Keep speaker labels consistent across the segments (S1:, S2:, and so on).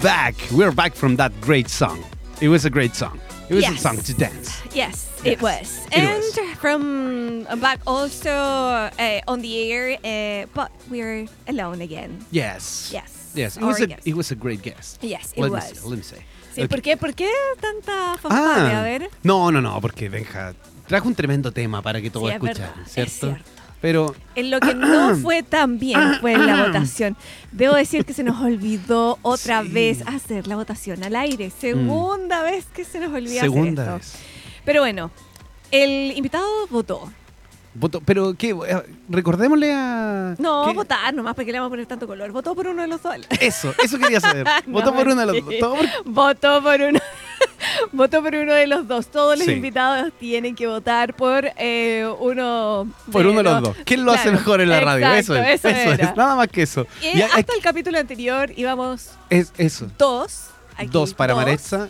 S1: back. We're back from that great song. It was a great song. It was a
S2: Yes.
S1: song to dance.
S2: Yes,
S1: Yes,
S2: it was.
S1: it
S2: and
S1: was.
S2: from back also uh, on the air, uh, but we're alone again.
S1: Yes.
S2: Yes.
S1: Yes. It
S2: Our
S1: was a
S2: guest.
S1: it was a great guest.
S2: Yes, it
S1: let Me
S2: was.
S1: say, let me say.
S2: Sí,
S1: Okay.
S2: ¿por, qué, ¿por qué tanta fanfarria?
S1: Ah,
S2: A ver.
S1: no, no, no, porque Benja trajo un tremendo tema para que todo
S2: Sí, es
S1: escuchar,
S2: verdad, es
S1: ¿cierto?
S2: cierto.
S1: Pero
S2: En
S1: Ah,
S2: lo que no fue tan bien fue en la votación. Debo decir que se nos olvidó otra
S1: Sí. Mm.
S2: vez hacer la votación al aire. Segunda vez que se nos olvida hacer
S1: segunda
S2: esto.
S1: vez.
S2: Pero bueno, el invitado votó.
S1: Voto- pero qué Eh, recordémosle a
S2: No,
S1: ¿qué?
S2: votar nomás, ¿para qué le vamos a poner tanto color? Votó por uno de los dos.
S1: Eso, eso quería saber.
S2: No,
S1: Votó por uno de los
S2: mentira.
S1: votó por-
S2: Votó por uno. Votó por uno de los dos. Todos los
S1: Sí.
S2: invitados tienen que votar por eh, uno.
S1: Por uno de los dos. ¿Quién lo hace
S2: Claro,
S1: mejor en la radio? Eso
S2: exacto,
S1: es.
S2: eso
S1: Eso
S2: era.
S1: es. Nada más que eso.
S2: Eh,
S1: Y a-
S2: hasta el capítulo anterior íbamos
S1: es eso.
S2: dos. aquí,
S1: dos para
S2: dos,
S1: Maretza,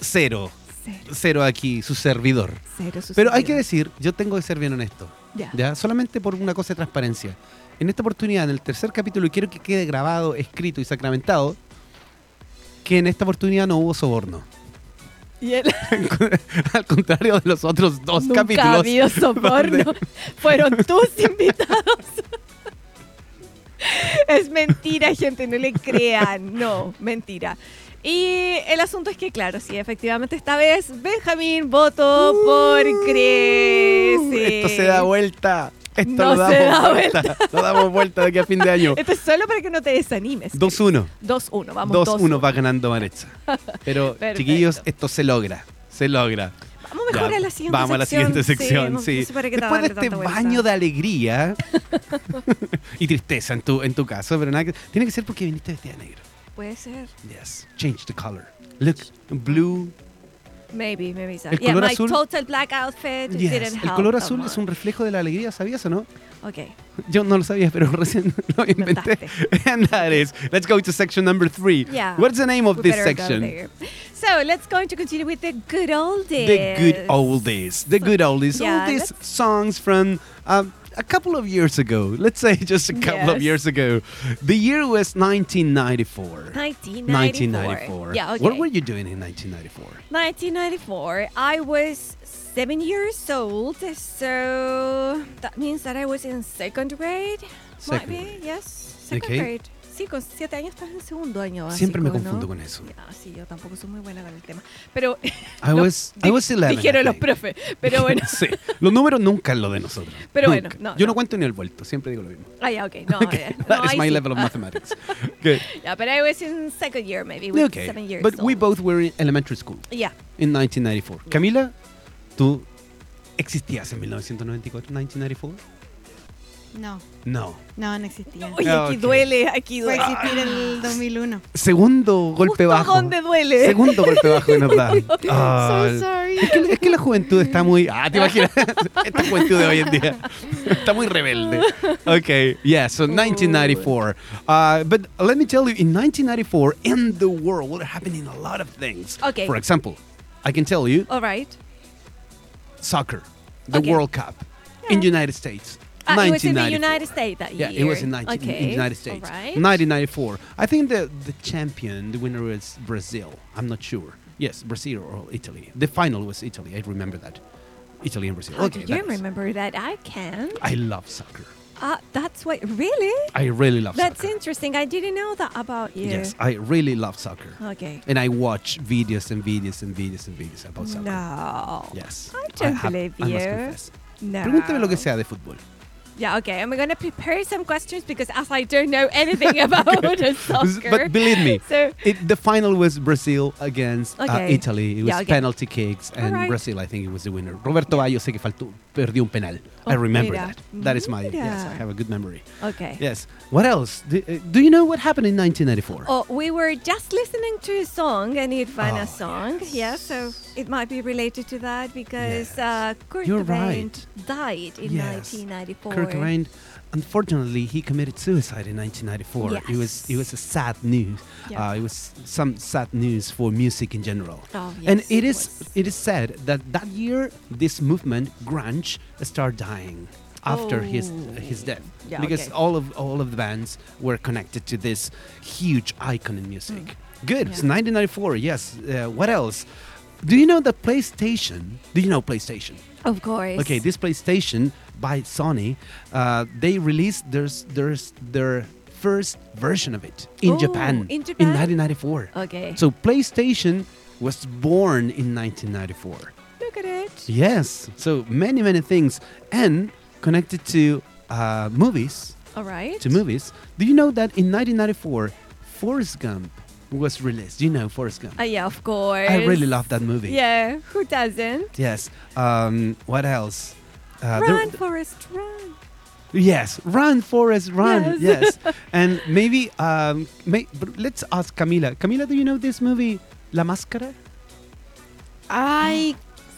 S1: cero.
S2: Cero,
S1: Cero aquí, su servidor.
S2: cero
S1: Pero hay que
S2: sucedido.
S1: decir, yo tengo que ser bien honesto.
S2: Ya.
S1: ¿ya? Solamente por una cosa de transparencia. En esta oportunidad, en el tercer capítulo, y quiero que quede grabado, escrito y sacramentado, que en esta oportunidad no hubo soborno.
S2: Y el-
S1: Al contrario de los otros dos
S2: nunca ha
S1: capítulos.
S2: habido soborno. Fueron tus invitados. es mentira, gente, no le crean. No, mentira. Y el asunto es que, claro, sí, efectivamente esta vez Benjamín votó por Crece.
S1: Uh, Esto se da vuelta. Esto
S2: No
S1: lo damos
S2: se da
S1: vuelta. Lo damos vuelta de aquí a fin de año.
S2: Esto es solo para que no te desanimes.
S1: 2-1.
S2: 2-1, vamos.
S1: 2-1 va ganando Marecha. Pero,
S2: Perfecto.
S1: chiquillos, esto se logra. Se logra.
S2: Vamos mejor
S1: Ya,
S2: a la siguiente sección.
S1: Vamos a la siguiente sección,
S2: vamos,
S1: sí.
S2: eso para que te
S1: Después de
S2: aguante
S1: este
S2: tanta vuelta.
S1: baño de alegría y tristeza en tu, en tu caso, pero nada que- tiene que ser porque viniste vestida de negro.
S2: Puede ser.
S1: Yes, change the color. Look, blue.
S2: Maybe, maybe so.
S1: El
S2: yeah,
S1: color
S2: my
S1: azul-
S2: total black outfit
S1: yes.
S2: didn't
S1: El
S2: help
S1: color
S2: a
S1: azul
S2: lot.
S1: es un reflejo de la alegría, ¿sabías o no?
S2: Okay.
S1: Yo no lo sabía, pero recién lo inventé. And that is, let's go to section number three.
S2: Yeah.
S1: What's the name of
S2: We
S1: this
S2: better go
S1: section?
S2: there. So let's going to continue with the good old days.
S1: The good oldies. The good oldies.
S2: Yeah,
S1: All these songs from um, a couple of years ago. Let's say just a couple of
S2: Yes.
S1: years ago. The year was 1994.
S2: 1994. Yeah, okay.
S1: What were you doing in 1994?
S2: 1994. I was seven years old, so that means that I was in second grade.
S1: Second
S2: Might be,
S1: grade.
S2: yes. Second
S1: Okay.
S2: grade. Sí, con siete años estás en segundo año.
S1: Siempre me
S2: básico, ¿no?
S1: confundo con eso.
S2: Ah, sí, yo tampoco soy muy buena con el tema. Pero.
S1: I was-
S2: los-
S1: I
S2: di-
S1: was 11,
S2: Dijeron
S1: I
S2: los
S1: think.
S2: profes. Pero bueno.
S1: sí. Los números nunca es lo de nosotros.
S2: Pero bueno,
S1: Nunca.
S2: no,
S1: Yo
S2: no.
S1: no cuento ni el vuelto. Siempre digo lo mismo.
S2: Ah, ya, ok. No, eh, no,
S1: That is
S2: ahí
S1: my
S2: sí.
S1: level of mathematics. Good.
S2: Yeah, but I was in second year maybe. With
S1: Okay.
S2: Seven years
S1: But we
S2: old.
S1: both were in elementary school
S2: Yeah.
S1: in 1994. Camila, tú existías en 1994, 1994?
S3: No,
S1: No.
S3: no, no existía.
S2: Oye,
S1: Ah,
S2: aquí
S1: ok.
S2: duele, aquí
S3: Fue
S2: duele. Ah,
S3: a existir el 2001.
S1: Segundo golpe
S2: Justo
S1: bajo.
S2: ¿Dónde duele?
S1: Segundo golpe bajo que nos da. Ah,
S3: So sorry.
S1: es, que, es que la juventud está muy. Ah, te imaginas. Esta juventud de hoy en día está muy rebelde. Okay, yeah, so 1994. Uh, but let me tell you, in 1994, in the world, are happening a lot of things.
S2: Okay.
S1: For example, I can tell you
S2: All right.
S1: soccer, the
S2: Okay.
S1: World Cup in
S2: Yeah.
S1: United States.
S2: Ah, it was in the
S1: 1994.
S2: United States that
S1: Yeah,
S2: year.
S1: it was in 19, in
S2: okay.
S1: the United States,
S2: All right.
S1: 1994. I think the the champion, the winner was Brazil. I'm not sure. Yes, Brazil or Italy. The final was Italy. I remember that. Italy and Brazil.
S2: How
S1: okay,
S2: Oh, do
S1: that
S2: you
S1: is-
S2: remember that? I can.
S1: I love soccer.
S2: Ah, that's what. Really?
S1: I really love
S2: That's
S1: soccer.
S2: interesting. I didn't know that about you.
S1: Yes, I really love soccer,
S2: Okay.
S1: and I watch videos and videos and videos and videos about soccer.
S2: No.
S1: Yes,
S2: I don't
S1: have-
S2: believe
S1: I must
S2: you.
S1: confess.
S2: No.
S1: Pregúntame lo que sea de fútbol.
S2: Yeah, okay. I'm going to prepare some questions because as I don't know anything about soccer.
S1: But believe me,
S2: so,
S1: It, the final was Brazil against uh,
S2: Okay.
S1: Italy. It was
S2: Yeah, okay.
S1: penalty kicks, and
S2: Alright.
S1: Brazil, I think, it was the winner. Roberto Bayo, sé que faltó, perdió un penal. I
S2: Oh,
S1: remember
S2: mira.
S1: that. That is my yes. I
S2: Mira.
S1: have a good memory.
S2: okay.
S1: Yes. What else? Do, uh, do you know what happened in 1994?
S2: Oh, we were just listening to a song, an Nirvana
S1: Oh,
S2: song.
S1: yes.
S2: Yeah, so it might be related to that because
S1: Yes.
S2: uh, Kurt
S1: You're
S2: Cobain
S1: right.
S2: died in
S1: Yes.
S2: 1994.
S1: Kurt Cobain. Unfortunately, he committed suicide in 1994. It was it was a sad news.
S2: Yeah.
S1: Uh, it was some sad news for music in general.
S2: Oh, yes,
S1: and it
S2: it
S1: is
S2: was.
S1: it is said that that year this movement grunge started dying. after his
S2: Oh.
S1: his death
S2: Yeah,
S1: because
S2: okay.
S1: all of all of the bands were connected to this huge icon in music. Good. It's
S2: Mm. Yeah.
S1: 1994. Yes. Uh, what else? Do you know the PlayStation? Do you know PlayStation?
S2: Of course.
S1: Okay, this PlayStation by Sony, uh, they released their s- their s- their first version of it in
S2: Oh,
S1: Japan
S2: in Japan?
S1: 1994.
S2: Okay.
S1: So PlayStation was born in 1994.
S2: Look at it.
S1: Yes. So many many things and connected to uh, movies
S2: All right.
S1: to movies. Do you know that in 1994, Forrest Gump was released? Do you know Forrest Gump?
S2: Ah, yeah, of course.
S1: I really love that movie.
S2: Yeah, who doesn't?
S1: Yes. Um, what else? Uh, there-
S2: run, Forrest, run.
S1: Yes, run, Forrest, run. Yes,
S2: Yes.
S1: and maybe um, may, but let's ask Camila. Camila, do you know this movie, La Máscara?
S3: Ay,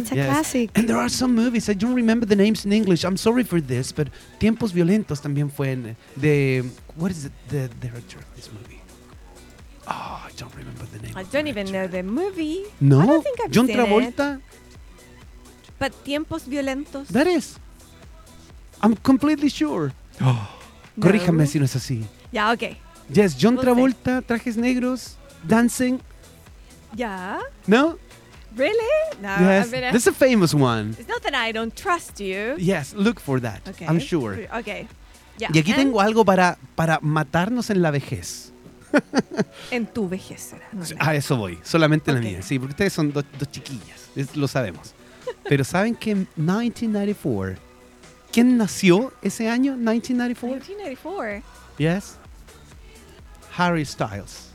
S3: It's a
S1: Yes.
S3: classic.
S1: And there are some movies, I don't remember the names in English. I'm sorry for this, but Tiempos Violentos también fue en de what is it, the director of this movie? Oh, I don't remember the name.
S2: I
S1: of the
S2: don't even know
S1: director.
S2: the movie.
S1: No,
S2: I don't think I've
S1: John
S2: seen
S1: Travolta.
S2: It. But Tiempos Violentos.
S1: That is. I'm completely sure.
S2: No.
S1: Corríjame si no es así.
S2: Ya, ok.
S1: Yes, John
S2: We'll see.
S1: Travolta, trajes negros, dancing.
S2: Ya.
S1: No?
S2: Really? No,
S1: yes.
S2: I'm gonna-
S1: That's a famous one.
S2: It's not that I don't trust you.
S1: Yes, look for that.
S2: Okay.
S1: I'm sure.
S2: Okay. Ya.
S1: Y aquí
S2: and
S1: tengo algo para, para matarnos en la vejez.
S2: En tu vejez será. no la-
S1: A eso voy, solamente
S2: Ok.
S1: la mía. Sí, porque ustedes son dos, dos chiquillas, es- lo sabemos. Pero ¿saben que en 1994, quién nació ese año, 1994?
S2: 1994.
S1: Yes. Harry Styles.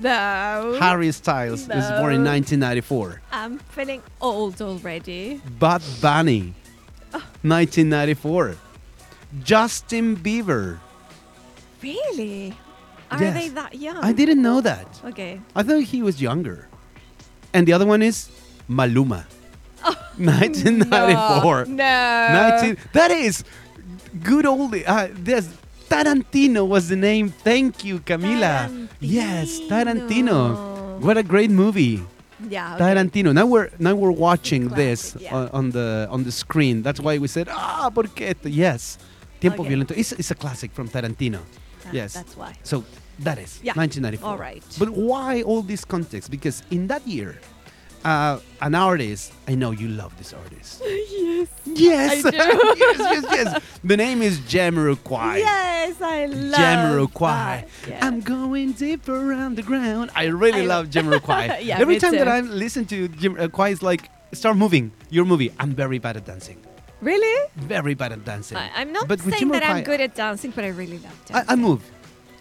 S2: No.
S1: Harry Styles was born in
S2: No.
S1: 1994.
S2: I'm feeling old already.
S1: Bad Bunny,
S2: Oh.
S1: 1994. Justin Bieber.
S2: Really? Are
S1: Yes.
S2: they that young?
S1: I didn't know that.
S2: Okay.
S1: I thought he was younger. And the other one is Maluma. 1994.
S2: Oh, No. no.
S1: 19 that is good old. Uh, this Tarantino was the name. Thank you, Camila. Yes, Tarantino.
S2: Tarantino.
S1: What a great movie,
S2: Yeah. Okay.
S1: Tarantino. Now we're now we're watching
S2: Classic,
S1: this
S2: yeah.
S1: on, on the on the screen. That's why we said ah, porque yes, Tiempo
S2: Okay.
S1: Violento. It's, it's a classic from Tarantino.
S2: Ah,
S1: yes.
S2: That's why.
S1: So that is
S2: Yeah.
S1: 1994.
S2: All right.
S1: But why all this context? Because in that year, uh, an artist, I know you love this artist.
S2: yes.
S1: Yes.
S2: I do.
S1: yes, yes, yes. The name is Jamiroquai.
S2: Yes, I love.
S1: Jamiroquai.
S2: that. Yes.
S1: I'm going deeper underground. I really
S2: I-
S1: love Jamiroquai.
S2: Yeah,
S1: Every
S2: me
S1: time that
S2: too.
S1: I listen to Jamiroquai, it's like, start moving. Your movie. I'm very bad at dancing.
S2: Really?
S1: Very bad at dancing.
S2: I, I'm not
S1: But with
S2: saying that I'm
S1: Jamiroquai,
S2: good at dancing, but I really love
S1: I,
S2: dancing.
S1: I move,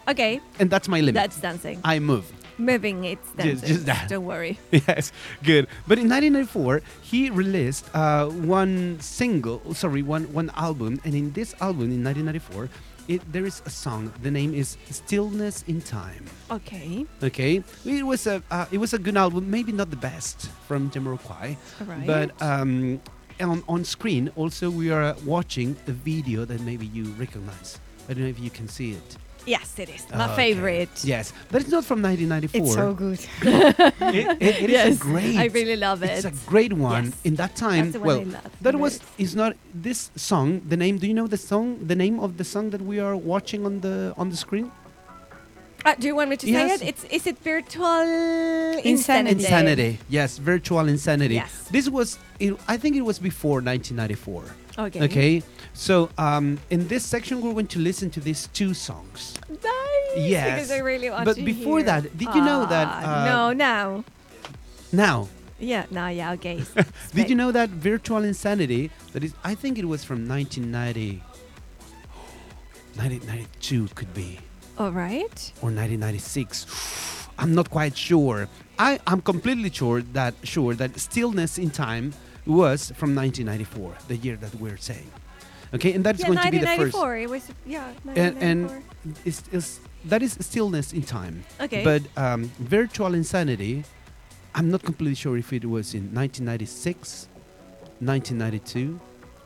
S2: okay,
S1: and that's my limit.
S2: that's dancing.
S1: I move.
S2: Moving, it's dancing.
S1: just that.
S2: Don't worry.
S1: yes, good. But in 1994, he released uh, one single, oh, sorry, one one album, and in this album in 1994, it, there is a song. The name is "Stillness in Time."
S2: Okay,
S1: Okay, it was a uh, it was a good album, maybe not the best from Jamiroquai,
S2: all right.
S1: but um, on on screen also we are watching a video that maybe you recognize. I don't know if you can see it.
S2: yes, it is my
S1: Okay.
S2: favorite.
S1: Yes, but it's not from 1994.
S3: It's so good.
S1: It- it- it is a
S2: yes,
S1: great.
S2: I really love it.
S1: It's a great one.
S2: Yes.
S1: In that time,
S2: That's the one
S1: well,
S2: I love.
S1: that
S2: Yes.
S1: was is not this song. The name. Do you know the song? The name of the song that we are watching on the on the screen.
S2: Uh, do you want me to
S1: Yes.
S2: say it? It's is it virtual insanity?
S3: Insanity.
S1: Insanity. Yes, virtual insanity.
S2: Yes.
S1: This was. It, I think it was before 1994.
S2: Okay.
S1: Okay. So um, in this section, we're going to listen to these two songs.
S2: Nice.
S1: Yes.
S2: Because I really want
S1: But
S2: to
S1: before
S2: hear.
S1: that, did you know that,
S2: Ah,
S1: uh,
S2: no, now.
S1: Now,
S2: Yeah. Now. Yeah. Okay.
S1: did you know that virtual insanity? That is, I think it was from 1990. 1992 could be.
S2: All right.
S1: or 1996. I'm not quite sure. I, I'm completely sure that sure that Stillness in Time was from 1994, the year that we're saying. Okay, and that's
S2: Yeah,
S1: going to be the first.
S2: 1994. It was, yeah,
S1: And,
S2: 1994.
S1: and it's, it's, that is stillness in time.
S2: okay.
S1: But um, virtual insanity, I'm not completely sure if it was in 1996, 1992,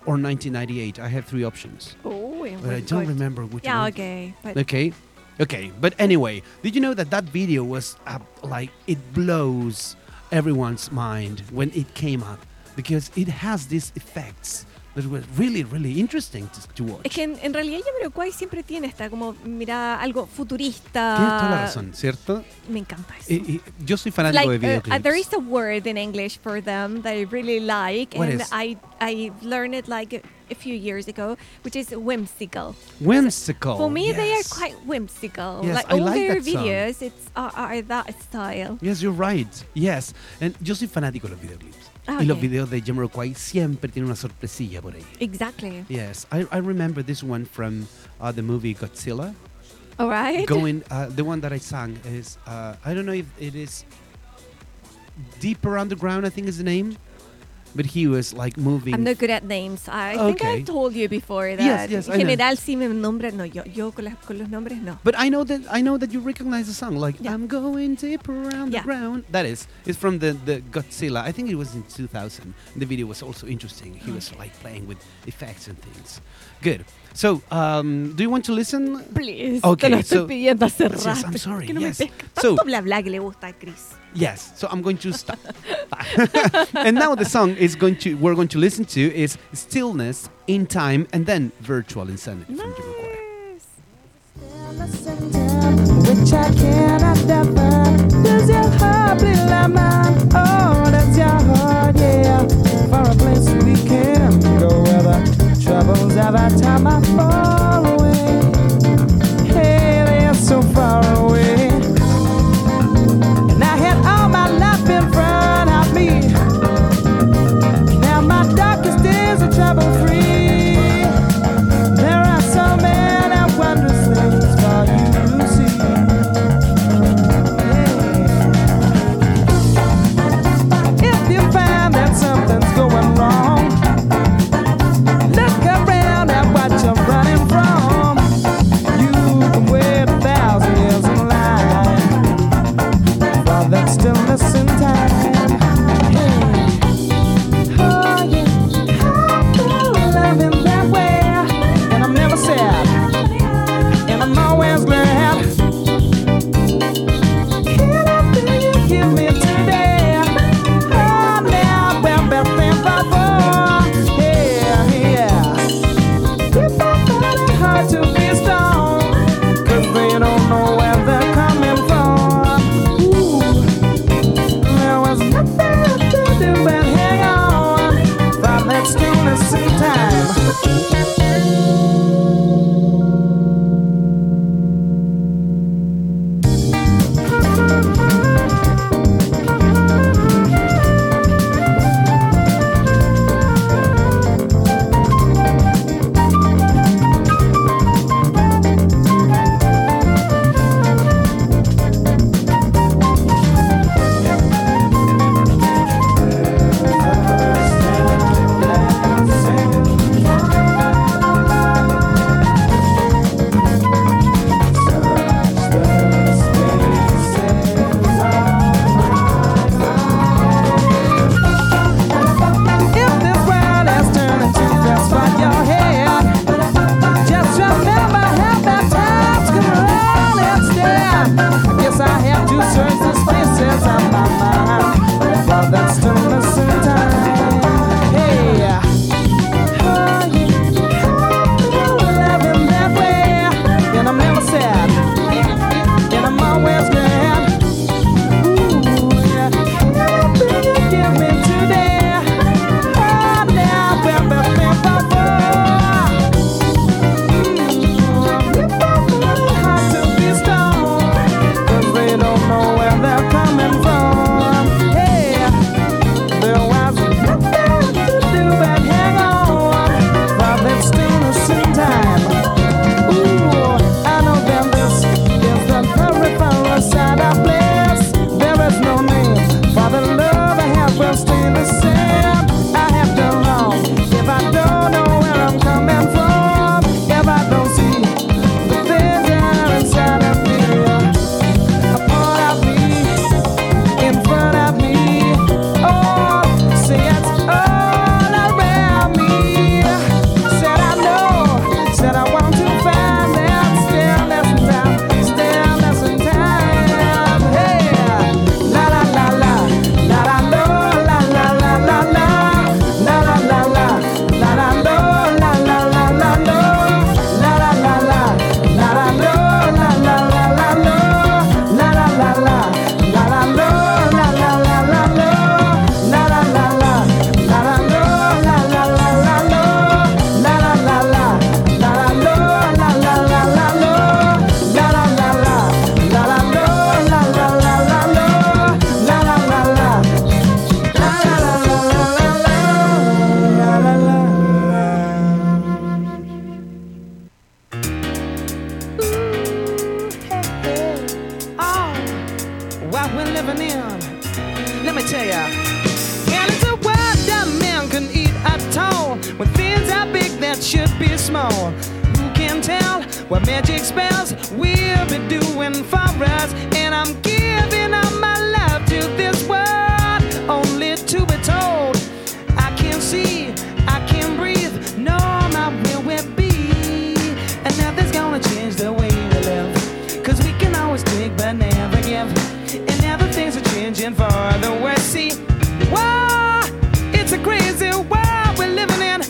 S1: or 1998. I have three options,
S2: oh, it
S1: but I
S2: was
S1: don't
S2: good.
S1: remember which
S2: Yeah,
S1: one.
S2: okay. But
S1: Okay. Okay. But anyway, did you know that that video was uh, like it blows everyone's mind when it came up because it has these effects that were really, really interesting to, to watch.
S2: es que en, en realidad Jamiroquai siempre tiene esta como mirada algo futurista.
S1: Tienes toda la razón, ¿cierto?
S2: Me encanta eso.
S1: Eh, eh, yo soy fanático
S2: like,
S1: de
S2: uh, uh,
S1: videoclips.
S2: there is a word in English for them that I really like,
S1: What
S2: and
S1: is?
S2: I I learned it like a, a few years ago, which is whimsical.
S1: Whimsical.
S2: For me, they are
S1: Oh, yes.
S2: quite whimsical.
S1: Yes, I
S2: like all
S1: like
S2: their
S1: that song.
S2: videos, it's are, are that style.
S1: Yes, you're right. Yes. And yo soy fanático de los videoclips.
S2: Ah,
S1: Y los
S2: ok.
S1: videos de Jamiroquai siempre tienen una sorpresilla por ahí.
S2: Exactly.
S1: Yes, I, I remember this one from uh, the movie Godzilla.
S2: All right.
S1: going uh, the one that i sang is uh, i don't know if it is deeper underground i think is the name but he was like moving
S2: I'm not good at names. I think
S1: Okay.
S2: I told you before that.
S1: Yes, yes, I know.
S2: General, sí me nombran. No, yo, yo con, las, con los nombres no.
S1: but i know that i know that you recognize the song like
S2: Yeah.
S1: i'm going deeper underground that is it's from the, the godzilla i think it was in 2000 the video was also interesting he was like playing with effects and things good so um, do you want to listen
S2: Please.
S1: Okay,
S2: te lo estoy
S1: so-
S2: pidiendo hace rato.
S1: Yes, I'm sorry.
S2: Que no me
S1: yes.
S2: pesca.
S1: So,
S2: Tanto bla bla que le gusta a Chris.
S1: Yes, so I'm going to stop. and now the song is going to we're going to listen to is Stillness in Time and then Virtual Insanity from Jamiroquai.
S2: Nice.
S4: Which I cannot define. Does your heart bleed like mine? Oh, that's your heart, yeah. For a place we can go where the troubles of our time are far away. Hey, they're so far away. And I had all my life in front of me. Now my darkest days are trouble-free. There are so many wondrous things for you to see. If you find that something's going wrong, look around at what you're running from. You can wait a thousand years in line for that stillness in time. Oh yeah. Loving that way, and I'm never sad, and I'm always glad. Everything you give me today, I've never been before. Yeah, yeah. If I find it hard to be strong, 'cause they don't know where they're coming from. Ooh. There was nothing left to do but hang on. Thought let's do this in time. If this world has turned into just what your head, just remember how bad times come around instead. I guess I have to search the spaces of my mind for that stillness in time. Hey, oh yeah, loving that way, and I'm never sad, and I'm always glad. Time. Ooh, I know that this is the very far side of bliss. There is no name for the love I have will stay the same. I have to long if I don't know where I'm coming from. Oh, Oh, share. And it's a world that man can eat at all. When things are big that should be small. Who can tell what magic spells will be doing for us? And I'm giving all my love to this world, only to be told. I can see, I can breathe, no, my will will be. And nothing's gonna change the way we live. Cause we can always take but never give. And now the things are changing for the worse. See, wow, it's a crazy world we're living in.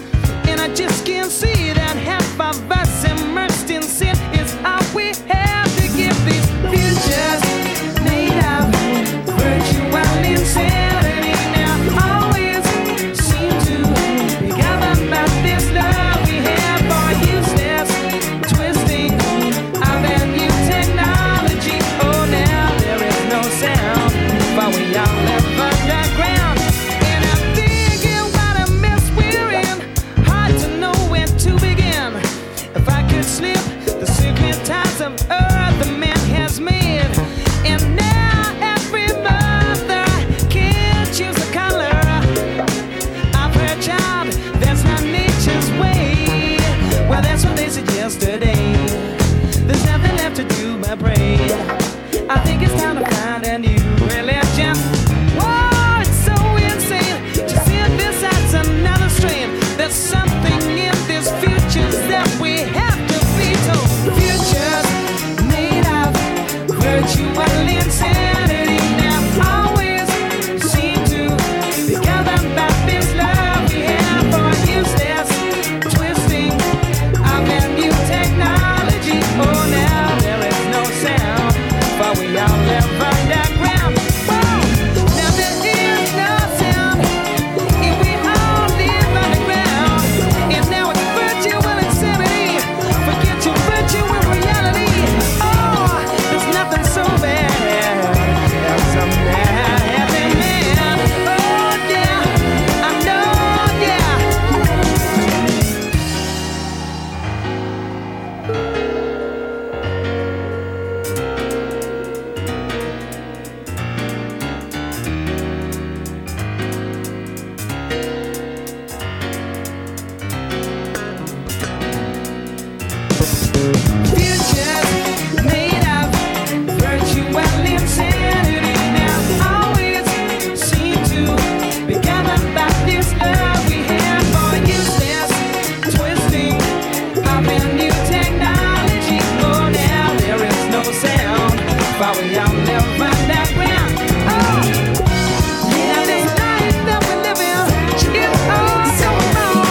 S4: And I just can't see that half of us immersed in sin is how we have to give these futures made of virtue and insanity. Now always seem to be governed by this love we have for useless twisting of that new technology. Oh, now there is no sound, but we all live underground. And I'm thinking what a mess we're in. Hard to know where to begin. If I could slip the secret ties of earth the man has made. And now every mother can choose the color of her child. That's not nature's way. Well, that's what they said yesterday. There's nothing left to do but pray. I think it's time to find a new religion. Whoa, it's so insane to see if this adds another strain. There's something in this future that we have to be told. Futures made of virtue and insanity. Now always seem to be governed by this love we have for useless twisting of that new technology. Oh, now there is no sound, but we all live underground. Whoa, now there is no sound, and we all live underground. And now it's virtual insanity. Forget your virtual reality. Oh, there's nothing so bad. Futures made of virtue and insanity now always seem to be governed by this love we have for useless twisting of a new technology. Oh, now there is no sound, but we all live underground. Oh, now this life that we live in is all so wrong.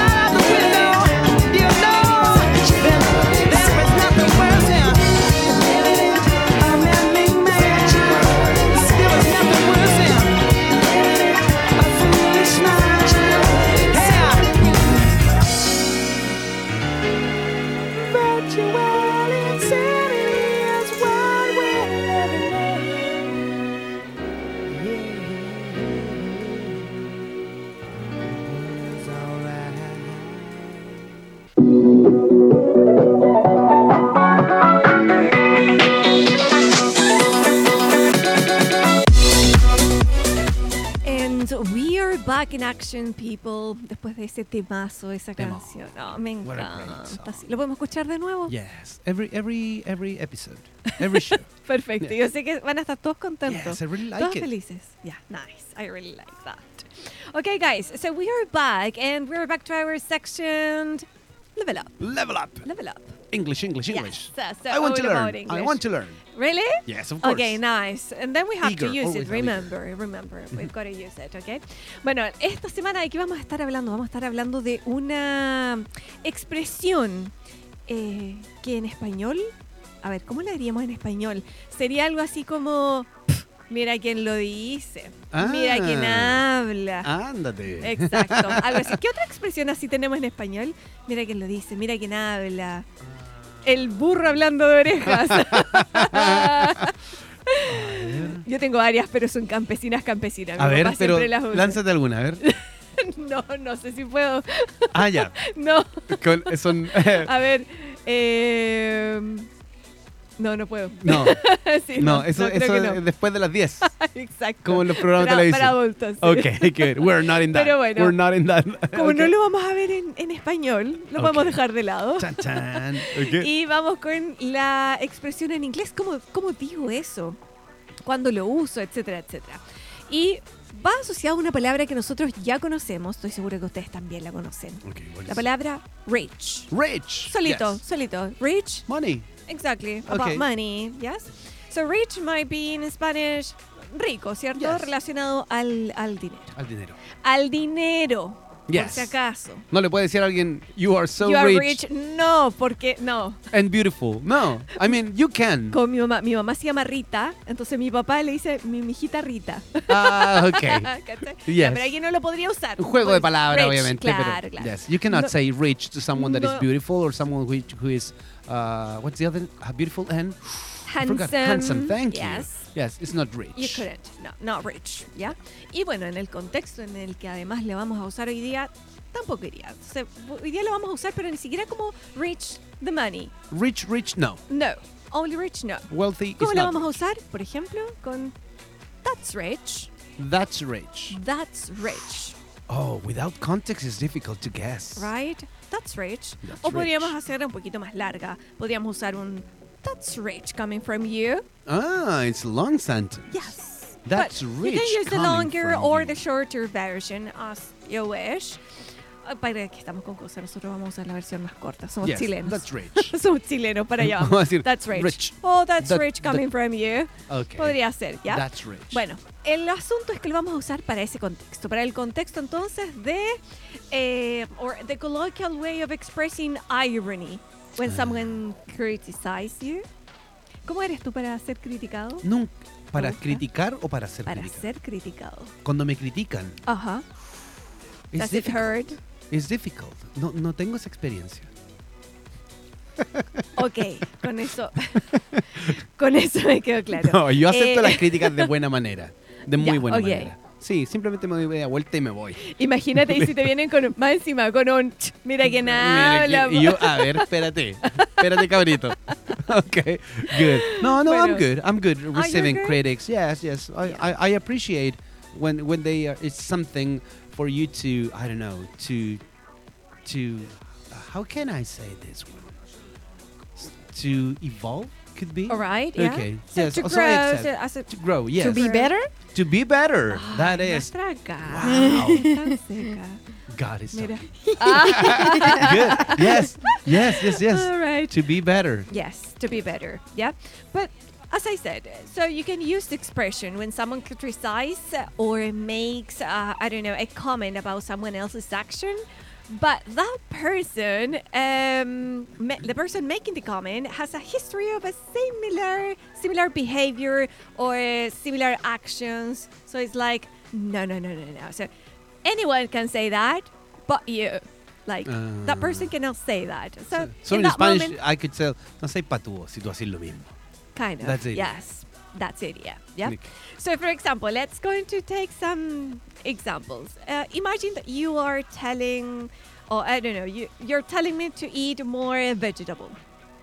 S4: Out the window, you know that there is nothing worse than.
S2: And we are back in action, people. Después de ese temazo, esa
S1: Temo.
S2: canción. No, me
S1: What a great
S2: encanta.
S1: song.
S2: ¿Lo podemos escuchar de nuevo?
S1: Yes, every every every episode, every show.
S2: Perfecto. Yo sé que van a estar todos contentos.
S1: yes, I really
S2: Todos
S1: like it.
S2: felices. Yeah, nice. I really like that. Okay, guys. So we are back, and we are back to our section. Level up.
S1: Level up,
S2: Level up.
S1: English, English, English.
S2: Yes, so
S1: I want to
S2: all about
S1: learn. I
S2: English.
S1: want to learn.
S2: Really?
S1: Yes, of course.
S2: Okay, nice. And then we have to
S1: Eager,
S2: use
S1: always
S2: it.
S1: are eager.
S2: Remember, remember. We've got to use it, okay? Bueno, esta semana de qué vamos a estar hablando? Vamos a estar hablando de una expresión eh, que en español, a ver, ¿cómo la diríamos en español? Sería algo así como, "Pf, mira quién lo dice, mira quién
S1: Ah.
S2: habla.
S1: Ándate.
S2: Exacto, algo así. ¿Qué otra expresión así tenemos en español? Mira quién lo dice, mira quién
S1: Ah.
S2: habla. El burro hablando de orejas. Yo tengo varias, pero son campesinas, campesinas. Mi
S1: A ver,
S2: papá
S1: pero
S2: siempre las usa.
S1: lánzate alguna, a ver.
S2: No, no sé si puedo.
S1: Ah, ya.
S2: No,
S1: Con- son
S2: a ver. eh, No, no puedo.
S1: No,
S2: Sí,
S1: no, eso,
S2: creo
S1: eso
S2: que
S1: es después de las 10,
S2: Exacto.
S1: como en los programas
S2: para,
S1: de
S2: para
S1: televisión.
S2: adultos. sí.
S1: Ok, good. We're not in that.
S2: Pero bueno.
S1: We're not in that.
S2: Como
S1: Ok.
S2: no lo vamos a ver en, en español, lo
S1: Ok.
S2: podemos dejar de lado.
S1: Chan, chan. Ok.
S2: Y vamos con la expresión en inglés. ¿Cómo, cómo digo eso? ¿Cuándo lo uso? Etcétera, etcétera. Y va asociado a una palabra que nosotros ya conocemos. Estoy segura que ustedes también la conocen.
S1: Ok, what
S2: La
S1: is-
S2: palabra rich.
S1: Rich.
S2: Solito,
S1: yes.
S2: solito. Rich
S1: Money.
S2: Exactly.
S1: Okay.
S2: About money, yes. So rich might be in Spanish rico, ¿cierto?
S1: Yes.
S2: Relacionado al, al dinero.
S1: Al dinero.
S2: Al dinero. Por
S1: Yes.
S2: si acaso.
S1: No le puede decir a alguien, you are so
S2: you are
S1: rich,
S2: rich. No, porque no.
S1: and beautiful. No, I mean, you can.
S2: Con mi mamá, mi mamá se llama Rita, entonces mi papá le dice mi mijita Rita.
S1: Ah, okay.
S2: ¿Cachai?
S1: Yes.
S2: Ya, Pero aquí no lo podría usar.
S1: Un juego de
S2: Pues,
S1: palabras,
S2: rich,
S1: obviamente.
S2: Claro,
S1: pero,
S2: claro.
S1: Yes, you cannot
S2: No-
S1: say rich to someone that is
S2: No.
S1: beautiful or someone which, who is, uh, what's the other? uh, beautiful and I
S2: Handsome.
S1: forgot. Handsome, thank
S2: yes.
S1: you. Yes, it's not rich.
S2: You couldn't. No, not rich. ¿Ya? Y bueno, en el contexto en el que además le vamos a usar hoy día, tampoco iría. O sea, hoy día lo vamos a usar, pero ni siquiera como rich the money.
S1: Rich, rich, no.
S2: No. Only rich, no.
S1: Wealthy
S2: ¿Cómo
S1: is
S2: lo
S1: not.
S2: vamos a usar? Por ejemplo, con that's rich.
S1: That's rich.
S2: That's rich.
S1: Oh, without context, it's difficult to guess.
S2: Right? That's rich.
S1: That's
S2: o podríamos
S1: rich.
S2: hacer un poquito más larga. Podríamos usar un that's rich coming from you.
S1: Ah, it's a long sentence.
S2: Yes.
S1: That's
S2: You
S1: rich
S2: can use the
S1: coming
S2: longer
S1: from
S2: or
S1: you.
S2: the shorter version as you wish. Ah, Para que estamos con cosas, nosotros vamos a usar la versión más corta. Somos
S1: Yes,
S2: chilenos.
S1: That's rich.
S2: Somos chilenos, para allá.
S1: Vamos
S2: vamos.
S1: a decir,
S2: that's rich.
S1: rich.
S2: Oh, that's
S1: That-
S2: rich coming from you.
S1: Okay.
S2: Podría ser, ¿ya?
S1: That's rich.
S2: Bueno, el asunto es que lo vamos a usar para ese contexto, para el contexto entonces de eh, or the colloquial way of expressing irony when
S1: Ah.
S2: someone criticizes you. ¿Cómo eres tú para ser criticado?
S1: Nunca. ¿Para
S2: gusta?
S1: criticar o para ser
S2: Para
S1: criticado?
S2: ser criticado.
S1: Cuando me critican.
S2: Ajá.
S1: Es
S2: Does it
S1: difícil.
S2: hurt?
S1: Es difficult. No, no tengo esa experiencia.
S2: Ok, con eso, con eso me quedó claro.
S1: No, yo acepto
S2: Eh,
S1: las críticas de buena manera. De muy
S2: Ya,
S1: buena
S2: ok.
S1: manera. Sí, simplemente me doy media vuelta y me voy.
S2: Imagínate y si te vienen con más encima con un "Ch, mira quién
S1: Mira,
S2: habla.
S1: y- y yo, a ver, espérate. Espérate, cabrito. Ok, good. No, no, I'm
S2: Bueno.
S1: good. I'm good
S2: you're
S1: receiving
S2: good?
S1: critics. Yes, yes. I,
S2: Yeah.
S1: I, I appreciate when when they are, it's something for you to, I don't know, to to how can I say this one? S- To evolve could be.
S2: All right, yeah.
S1: Okay,
S2: So
S1: yes,
S2: to
S1: also
S2: grow,
S1: accept.
S2: so as a-
S1: To grow, yes.
S3: To be better.
S1: To be better. that
S2: Ay,
S1: is.
S2: nuestra cara.
S1: Wow.
S2: Tan seca.
S1: God is so
S2: Mira.
S1: good. Yes. Yes. Yes. Yes.
S2: All right.
S1: To be better.
S2: Yes, to be better. Yeah. But as I said, so you can use the expression when someone criticizes or makes, uh, I don't know, a comment about someone else's action. But that person, um, ma- the person making the comment, has a history of a similar, similar behavior or uh, similar actions. So it's like, no, no, no, no, no. So anyone can say that, but you. Like that
S1: Ah.
S2: person cannot say that. So,
S1: So
S2: in
S1: in
S2: that
S1: Spanish,
S2: moment,
S1: I could say, no sé patuo si tú haces lo mismo.
S2: Kind of.
S1: That's it.
S2: Yes. That's it, yeah. yeah.
S1: Nick.
S2: So, for example, let's going to take some examples. Uh, imagine that you are telling, or I don't know, you, you're telling me to eat more vegetable.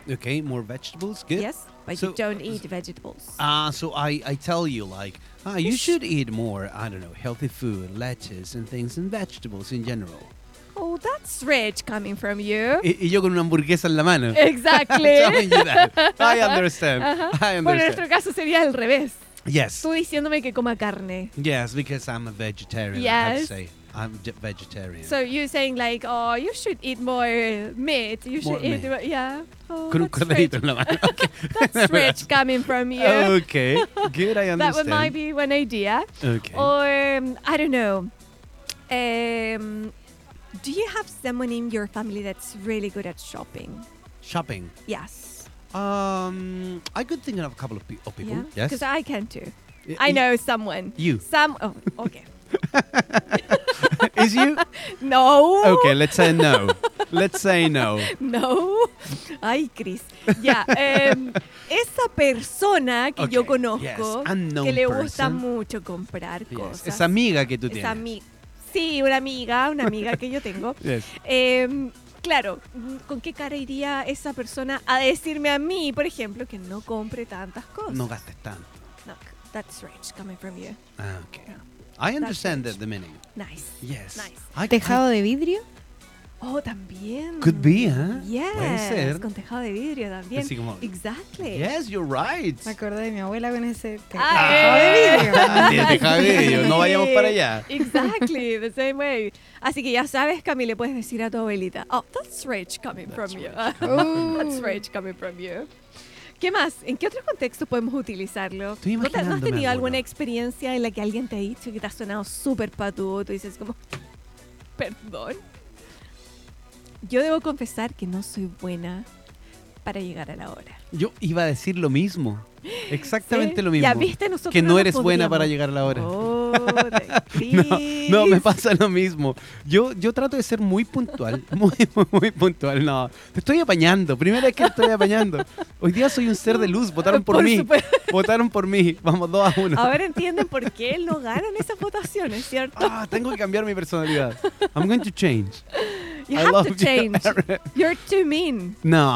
S1: Okay, more vegetables, good.
S2: Yes? But
S1: So-
S2: you don't eat vegetables.
S1: Ah, so I, I tell you like, ah, you
S2: Yes.
S1: should eat more. I don't know, healthy food, lettuce and things and vegetables in general.
S2: oh, that's rich coming from you.
S1: Y, y yo con una hamburguesa en la mano.
S2: Exactly. Uh-huh.
S1: Telling you that. I understand. I
S2: Bueno, en nuestro
S1: understand.
S2: caso sería al revés.
S1: Yes.
S2: Tú diciéndome que coma carne.
S1: Yes, because I'm a vegetarian. I have to
S2: Yes.
S1: say, I'm j- vegetarian.
S2: So you're saying like, oh, you should eat more uh, meat. You
S1: More
S2: should eat,
S1: meat.
S2: yeah. Oh,
S1: con un
S2: that's
S1: cuadradito
S2: rich.
S1: en la mano.
S2: That's rich coming
S1: Oh,
S2: from you.
S1: Okay, good. I understand.
S2: that would might be one idea.
S1: Okay.
S2: Or um, I don't know. Um, do you have someone in your family that's really good at shopping?
S1: Shopping.
S2: Yes.
S1: Um, I could think of a couple of, pe- of people.
S2: Yeah.
S1: Yes.
S2: Because I can too.
S1: I-
S2: I know someone.
S1: You.
S2: Some. Oh, okay.
S1: Is you?
S2: no.
S1: Okay, let's say no. let's say no.
S2: No. Ay, Chris. Ya. em, esa persona que yo
S1: Okay,
S2: conozco
S1: yes, unknown
S2: que le gusta
S1: person.
S2: mucho comprar
S1: Yes.
S2: cosas.
S1: Esa amiga que tú
S2: Esa
S1: tienes.
S2: ami- Sí, una amiga, una amiga que yo tengo.
S1: Yes.
S2: Eh, claro, mm, ¿con qué cara iría esa persona a decirme a mí, por ejemplo, que no compre tantas cosas?
S1: No gastes tanto.
S2: No, that's rich coming from you.
S1: Ah, okay. I understand that the meaning.
S2: Nice.
S1: Yes.
S2: Nice.
S1: I- I-
S3: Tejado de vidrio.
S2: Oh, también.
S1: Could be, ¿eh?
S2: Yes.
S1: Puede ser.
S2: Con tejado de vidrio también.
S1: Así como-
S2: Exactly.
S1: Yes, you're right.
S3: Me acordé de mi abuela con ese te-
S2: Ah,
S3: tejado
S2: eh.
S3: de vidrio.
S1: Ah, sí, tejado de vidrio. No vayamos para allá.
S2: Exactly, the same way. Así que ya sabes, Cami, le puedes decir a tu abuelita, oh, that's rage coming from you.
S3: Uh.
S2: that's
S1: Mm.
S2: rage coming from you. ¿Qué más? ¿En qué otros contextos podemos utilizarlo?
S1: Estoy
S2: ¿No, te- no has
S1: imaginándome
S2: tenido
S1: alguno.
S2: alguna experiencia en la que alguien te ha dicho que te ha sonado súper patudo? Tú dices como, perdón. Yo debo confesar que no soy buena para llegar a la hora.
S1: Yo iba a decir lo mismo. Exactamente
S2: Sí.
S1: lo mismo.
S2: Ya viste, nosotros
S1: que no, eres buena
S2: podíamos.
S1: para llegar a la hora.
S2: Oh,
S1: No, no, me
S2: Cris.
S1: pasa lo mismo. Yo, yo trato de ser muy puntual, muy, muy, muy puntual. No, te estoy apañando. Primera vez que te estoy apañando. Hoy día soy un ser de luz. Votaron por,
S2: Por
S1: mí.
S2: supuesto. Ah.
S1: Votaron por mí. Vamos, dos a uno.
S2: Ahora entienden por qué no ganan esas votaciones, ¿cierto?
S1: Ah, tengo que cambiar mi personalidad. I'm going to change.
S2: You
S1: I
S2: have
S1: love
S2: to
S1: you,
S2: change. You're too mean.
S1: No,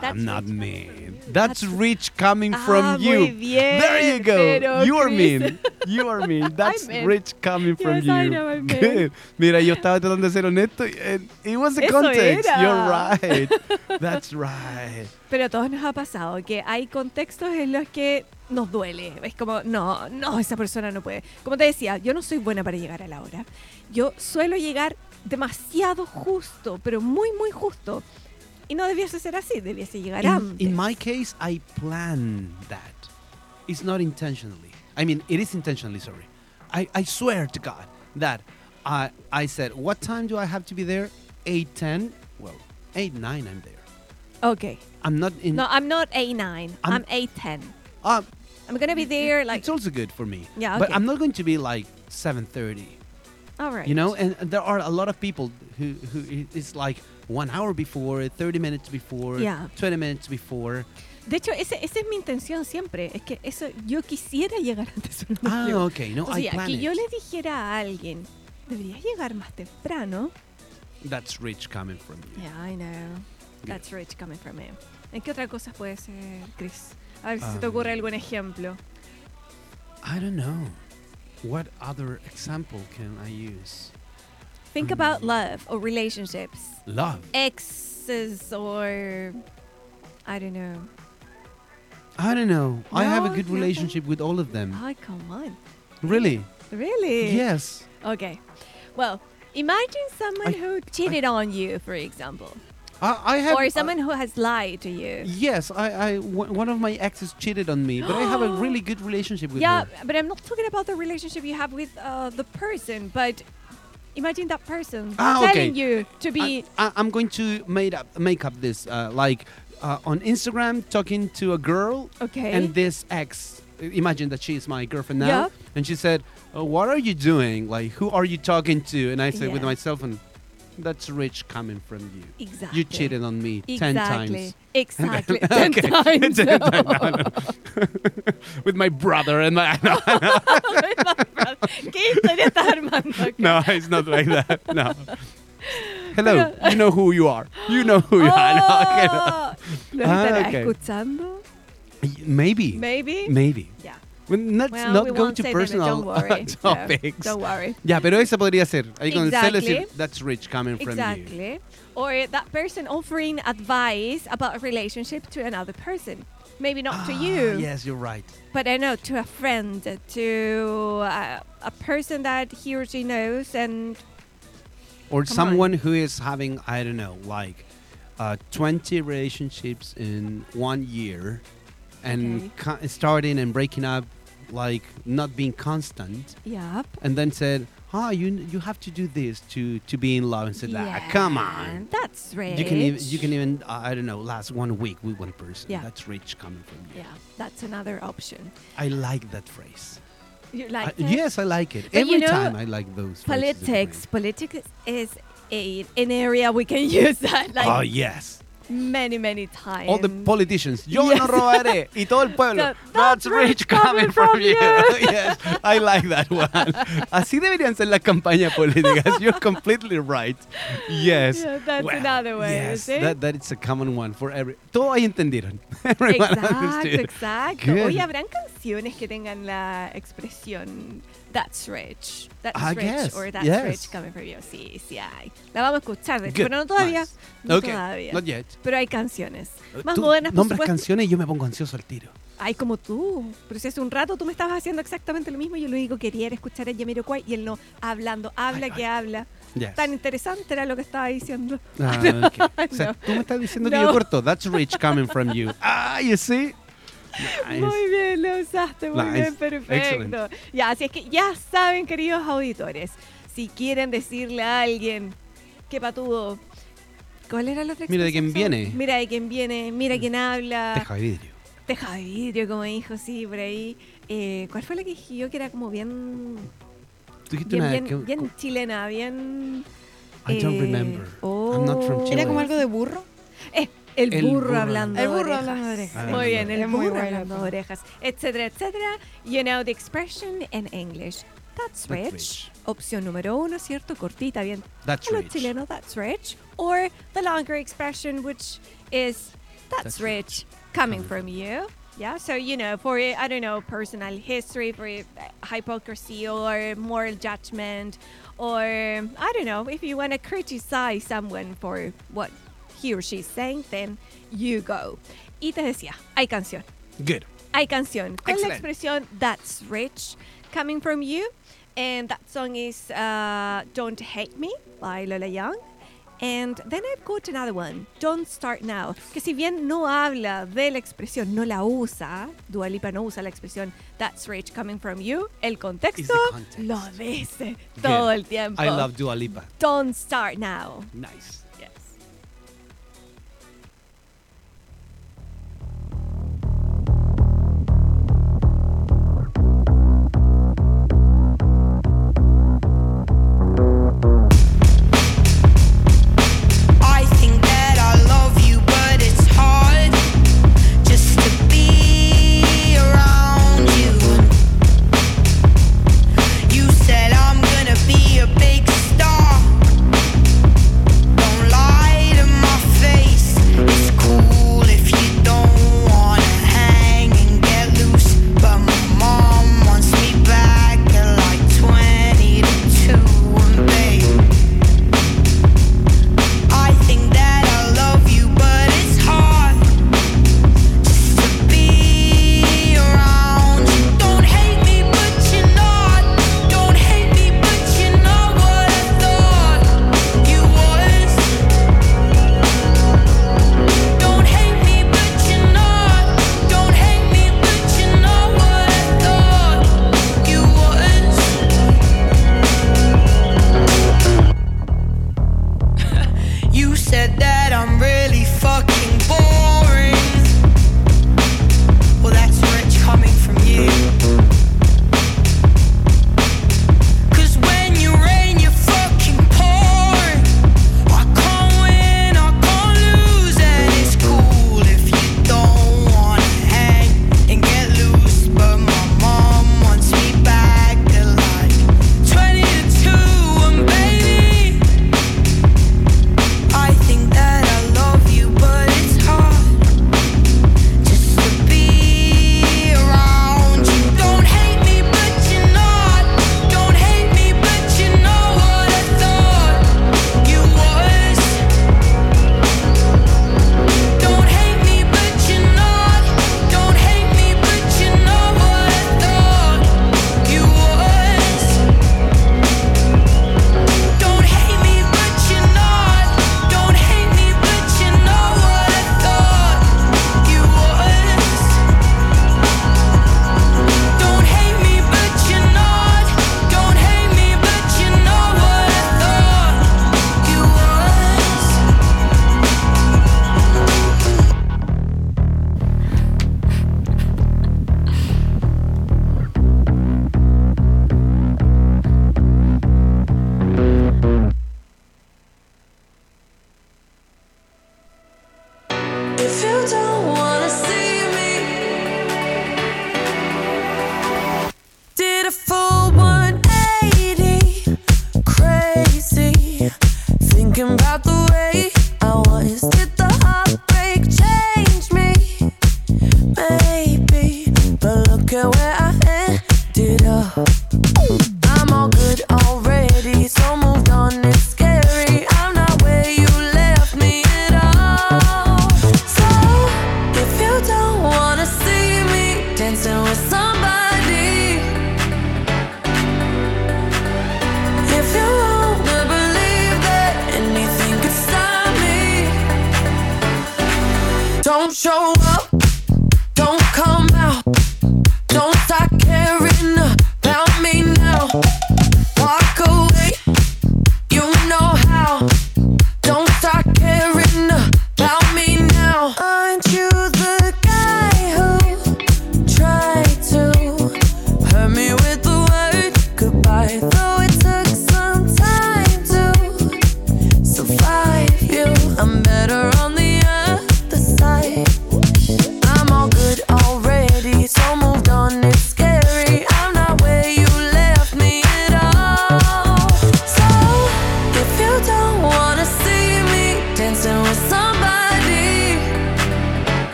S2: That's
S1: I'm not
S2: rich
S1: mean. That's rich coming from
S2: ah, Muy
S1: you.
S2: bien.
S1: There you go.
S2: pero,
S1: You are
S2: Chris,
S1: mean. You are mean. That's
S2: mean.
S1: rich coming from
S2: Yes,
S1: you.
S2: I know I'm mean.
S1: Good. Mira, yo estaba tratando de ser honesto. y- And it was the
S2: Eso
S1: context.
S2: era.
S1: You're right. That's right.
S2: Pero a todos nos ha pasado que hay contextos en los que nos duele. Es como, no, no, esa persona no puede. Como te decía, yo no soy buena para llegar a la hora. Yo suelo llegar demasiado justo, pero muy, muy justo. Y no debiese ser así, debiese llegar
S1: In,
S2: antes.
S1: in my case, I plan that. It's not intentionally. I mean, it is intentionally, sorry. I, I swear to God that I, I said, what time do I have to be there? 8.10? Well, 8.9 I'm there.
S2: okay.
S1: I'm not in...
S2: No, I'm not A9. I'm,
S1: I'm-
S2: A10.
S1: Uh,
S2: I'm gonna be there like
S1: it's also good for me.
S2: Yeah,
S1: But
S2: okay.
S1: I'm not going to be like 7.30,
S2: all right.
S1: you know? And there are a lot of people who, who it's like one hour before, 30 minutes before,
S2: Yeah.
S1: 20 minutes before.
S2: De hecho, ese- esa es mi intención siempre. Es que eso yo quisiera llegar antes. o
S1: ah, okay. No,
S2: o
S1: I
S2: sea,
S1: plan
S2: que yo
S1: it.
S2: le dijera a alguien, deberías llegar más temprano.
S1: That's rich coming from you.
S2: Yeah, I know. That's rich coming from him. ¿En qué otra cosa puede ser, Chris? A ver si se te
S1: Um,
S2: ocurre algún ejemplo.
S1: I don't know. What other example can I use?
S2: Think
S1: um,
S2: about love or relationships,
S1: Love.
S2: exes or I don't know.
S1: I don't know. I have a
S2: No,
S1: good
S2: nothing.
S1: relationship with all of them.
S2: Ay, come on.
S1: Really?
S2: Really?
S1: Yes.
S2: Okay. Well, imagine someone
S1: I-
S2: who cheated on you, for example,
S1: I, I have.
S2: or someone who has lied to you.
S1: Yes, I, I, w- one of my exes cheated on me, but I have a really good relationship with
S2: Yeah,
S1: her.
S2: but I'm not talking about the relationship you have with uh, the person, but imagine that person
S1: Ah, okay.
S2: telling you to be.
S1: I, I, am going to made up, make up this. Uh, like uh, on Instagram, talking to a girl,
S2: okay.
S1: and this ex imagine that she is my girlfriend now
S2: Yeah.
S1: and she said "Uh, what are you doing like who are you talking to and i said with
S2: Yeah.
S1: myself and that's rich coming from you
S2: exactly.
S1: you cheated on me 10 times
S2: Ah, Exactly. Ten times.
S1: Ten times, no, no. with my brother and my no,
S2: ¿Qué historia estás armando? acá?
S1: no it's not like that no hello you know who you are you know who you are No, okay, no.
S2: uh, Oh, ¿Lo
S1: Ah,
S2: estará
S1: okay.
S2: escuchando?
S1: maybe
S2: Maybe.
S1: maybe
S2: Yeah.
S1: Well, let's
S2: Well,
S1: not
S2: we
S1: go
S2: won't
S1: to
S2: say
S1: personal
S2: them, don't worry. So,
S1: topics
S2: don't worry.
S1: Ya, pero esa podría ser. Ahí con el celo
S2: Exactly.
S1: decir, that's rich coming from you.
S2: Exactly. Or that person offering advice about a relationship to another person. Maybe not to
S1: Ah,
S2: you,
S1: Yes, you're right.
S2: but I know to a friend, to uh, a person that he or she knows, and
S1: Or
S2: Come on.
S1: someone who is having, I don't know, like uh, 20 relationships in one year and co- starting and breaking up, like not being constant,
S2: yeah.
S1: and then said, ah, you you have to do this to, to be in love. And said, ah, come on.
S2: That's rich.
S1: You can, even, you can even, uh, I don't know, last one week with one person.
S2: Yeah.
S1: That's rich coming from you.
S2: Yeah, that's another option.
S1: I like that phrase.
S2: You like
S1: I-
S2: that?
S1: Uh, yes, I like it.
S2: But you
S1: Every
S2: know,
S1: time I like those. phrases that you
S2: Politics. Politics is a, an area we can use that.
S1: make.
S2: Like,
S1: oh yes,
S2: many, many times.
S1: All the politicians. Yo
S2: Yes.
S1: no robaré. Y todo el pueblo.
S2: So, that's rich coming from you.
S1: yes, I like that one. Así deberían ser las campañas políticas. You're completely right. Yes.
S2: Yeah, that's another way,
S1: Yes,
S2: see?
S1: that, that is a common one for every. Todos ahí entendieron. Everyone
S2: Exacto,
S1: understood.
S2: exacto.
S1: Good.
S2: Oye, ¿habrán canciones que tengan la expresión That's rich, That's
S1: I
S2: rich,
S1: guess,
S2: or That's
S1: Ah, yes.
S2: rich coming from you? Sí, sí hay. La vamos a escuchar, de hecho,
S1: Good,
S2: pero no todavía.
S1: nice.
S2: No
S1: Okay,
S2: todavía.
S1: not yet.
S2: Pero hay canciones. Más
S1: Eh, Tú
S2: modernas, por
S1: nombras
S2: supuesto.
S1: canciones y yo me pongo ansioso al tiro.
S2: Ay, como tú. Pero si hace un rato tú me estabas haciendo exactamente lo mismo, yo lo único que quería era escuchar a Jamiroquai y él no, hablando, habla
S1: Ay,
S2: que
S1: ay.
S2: habla.
S1: Yes.
S2: Tan interesante era lo que estaba diciendo.
S1: Ah, ok. O sea,
S2: No.
S1: tú me estás diciendo que
S2: No.
S1: yo corto. That's rich coming from you. Ah, you see? Nice.
S2: Muy bien, lo usaste, muy
S1: Nice.
S2: bien, perfecto.
S1: Excellent.
S2: Ya, así es que ya saben, queridos auditores, si quieren decirle a alguien que patudo, ¿cuál era la otra
S1: Mira de quién
S2: expresión?
S1: viene. Mm.
S2: Mira de quién viene, mira quién habla.
S1: Teja de vidrio.
S2: Teja de vidrio, como dijo, sí, por ahí. Eh, ¿Cuál fue la que dije yo que era como bien,
S1: Tú dijiste
S2: bien,
S1: una
S2: bien,
S1: que-
S2: bien chilena, bien...
S1: I don't
S2: eh,
S1: remember. I'm not from
S2: oh.
S1: Chile.
S3: Era como algo de burro.
S2: Eh, el,
S1: El
S2: burro,
S1: burro.
S2: hablando
S3: El burro
S2: de orejas.
S3: hablando de orejas.
S2: Muy
S1: Ah,
S2: bien, el
S3: es muy
S2: burro
S3: bueno.
S2: hablando de orejas, etcétera, etcétera. You know the expression in English. That's
S1: That's
S2: rich.
S1: rich.
S2: Opción número uno, ¿cierto? Cortita, bien.
S1: That's
S2: a los
S1: rich.
S2: chilenos, that's rich. Or the longer expression, which is that's,
S1: That's
S2: rich, coming from you. Yeah, so you know, for I don't know, personal history, for uh, hypocrisy or moral judgment, or I don't know, if you want to criticize someone for what he or she's saying, then you go. Y te decía, hay canción,
S1: Good.
S2: hay canción, con la
S1: Excellent.
S2: expresión that's rich, coming from you, and that song is uh, Don't Hate Me by Lola Young. And then I've got another one, Don't Start Now, que si bien no habla de la expresión, no la usa, Dua Lipa no usa la expresión That's Rich Coming From You, el contexto
S1: context.
S2: lo dice todo
S1: Good.
S2: el tiempo.
S1: I love Dua Lipa.
S2: Don't Start Now.
S1: Nice.
S2: Yes.
S5: I think that I love you, but it's hard just to be around you. You said I'm gonna be a big star. Don't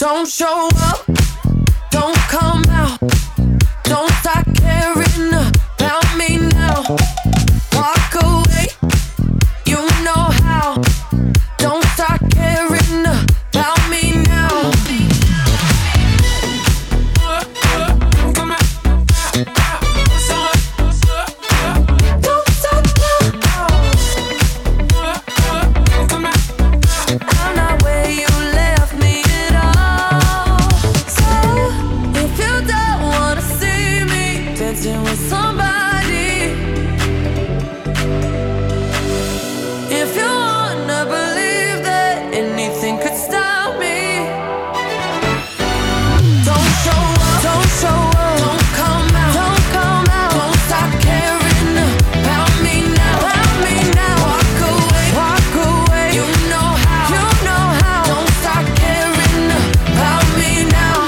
S4: Don't show up, don't come out. Don't start caring about me now. Walk away, you know how. Don't start caring about me now. Don't stop now. I'm not where you left me at all. So if you don't wanna see me dancing with somebody, if you wanna believe that anything could stop me, don't show up, don't show up, don't come out, don't come out, don't stop caring about me now, about me now. Walk away, walk away. You know how, you know how. Don't stop caring about me now.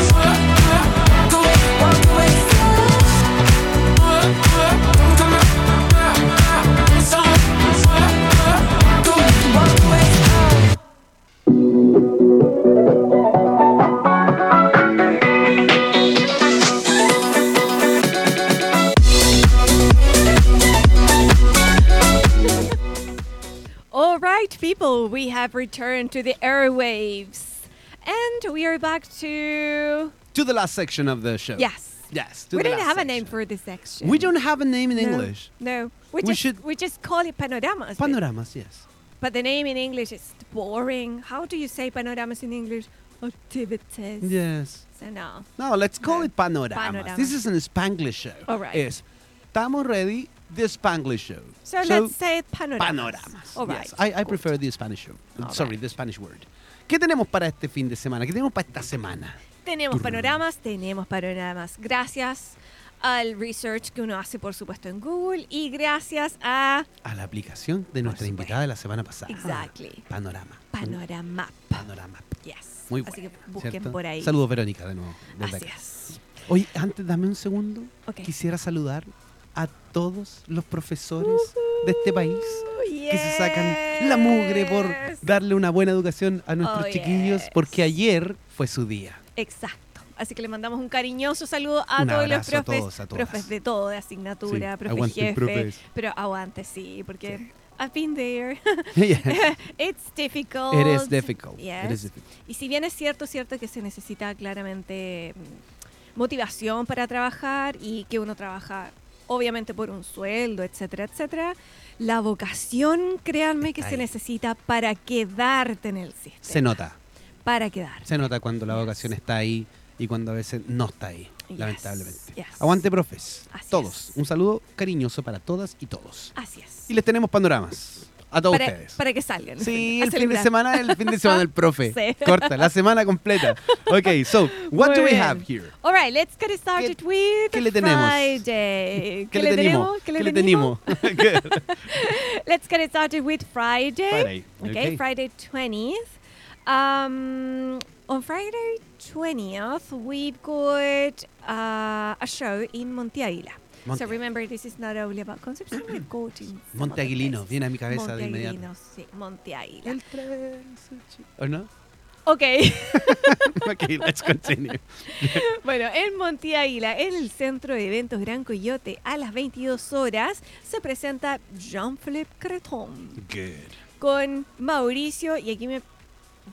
S4: Walk away, walk away. Walk away, walk away.
S2: All right, people, we have returned to the airwaves. And we are back to.
S1: To the last section of the show.
S2: Yes.
S1: Yes. to
S2: We
S1: the
S2: don't
S1: last
S2: have a
S1: section.
S2: name for this section.
S1: We don't have a name in
S2: No,
S1: English.
S2: No.
S1: We
S2: We, just,
S1: should-
S2: we just call it panoramas. but-
S1: Panoramas, yes.
S2: But the name in English is boring. How do you say panoramas in English? Activities.
S1: Yes.
S2: So no.
S1: No, let's call
S2: No.
S1: it panoramas.
S2: Panoramas.
S1: This is an Spanglish show.
S2: All right.
S1: Yes. Estamos ready, the Spanglish show.
S2: So, let's say panoramas.
S1: panoramas.
S2: All right.
S1: Yes, I, I prefer the Spanish show.
S2: All
S1: Sorry,
S2: right.
S1: the Spanish word. ¿Qué tenemos para este fin de semana? ¿Qué tenemos para esta semana?
S2: Tenemos panoramas, tenemos panoramas. Gracias al research que uno hace, por supuesto, en Google y gracias a
S1: A la aplicación de nuestra
S2: supuesto.
S1: invitada de la semana pasada.
S2: Exactly.
S1: Panorama.
S2: Panoramap.
S1: Panorama.
S2: Yes.
S1: Muy bueno.
S2: Así que busquen
S1: ¿cierto?
S2: por ahí.
S1: Saludos, Verónica, de nuevo. desde
S2: Así
S1: acá.
S2: es.
S1: Oye, antes, dame un segundo.
S2: Ok.
S1: Quisiera saludar a todos los profesores de este país que se sacan la mugre por
S2: Yes.
S1: darle una buena educación a nuestros
S2: Oh,
S1: chiquillos,
S2: yes.
S1: porque ayer fue su día.
S2: Exacto. Así que le mandamos un cariñoso saludo a
S1: Un
S2: todos los
S1: abrazo a
S2: profes,
S1: todos, a todas.
S2: profes de todo, de asignatura,
S1: Sí,
S2: profes
S1: aguante,
S2: jefe,
S1: profes.
S2: pero aguante sí, porque I've been there.
S1: Yes.
S2: It's difficult.
S1: It is difficult. It
S2: Yes.
S1: is difficult.
S2: Y si bien es cierto, cierto que se necesita claramente mm, motivación para trabajar y que uno trabaja obviamente por un sueldo, etcétera, etcétera, la vocación, créanme que
S1: Está
S2: se
S1: ahí.
S2: necesita para quedarte en el sistema.
S1: Se nota,
S2: Para quedar.
S1: se nota cuando la
S2: Yes.
S1: vocación está ahí y cuando a veces no está ahí,
S2: Yes,
S1: lamentablemente.
S2: yes.
S1: Aguante, profes.
S2: Así
S1: todos.
S2: es.
S1: Un saludo cariñoso para todas y todos.
S2: Así es.
S1: Y les tenemos panoramas a todos
S2: para,
S1: ustedes.
S2: para que salgan.
S1: Sí,
S2: a
S1: el fin de
S2: celebrar.
S1: semana, el fin de semana del profe.
S2: Sí.
S1: Corta, la semana completa. Ok, so, what
S2: Muy
S1: do we
S2: bien.
S1: have here?
S2: All right, let's get started with
S1: qué le tenemos?
S2: Friday.
S1: ¿Qué, le tenemos?
S2: ¿Qué le tenemos?
S1: Good.
S2: Let's get started with Friday.
S1: Friday,
S2: Okay,
S1: okay.
S2: Friday 20th. Um, on Friday 20th, we've got uh, a show in Monte Aguila. So
S1: Monte-
S2: remember, this is not only about Concepción, we've got in some
S1: Monte
S2: other
S1: Aguilino,
S2: places.
S1: viene a mi cabeza
S2: Monte
S1: de inmediato.
S2: Aguilino, sí, Monte Aguila.
S1: El travieso chi- ¿O no?
S2: Ok.
S1: Ok, let's continue.
S2: Bueno, en Monte Águila, en el Centro de Eventos Gran Coyote, a las 22 horas, se presenta Jean-Philippe Creton
S1: Good.
S2: con Mauricio y aquí me...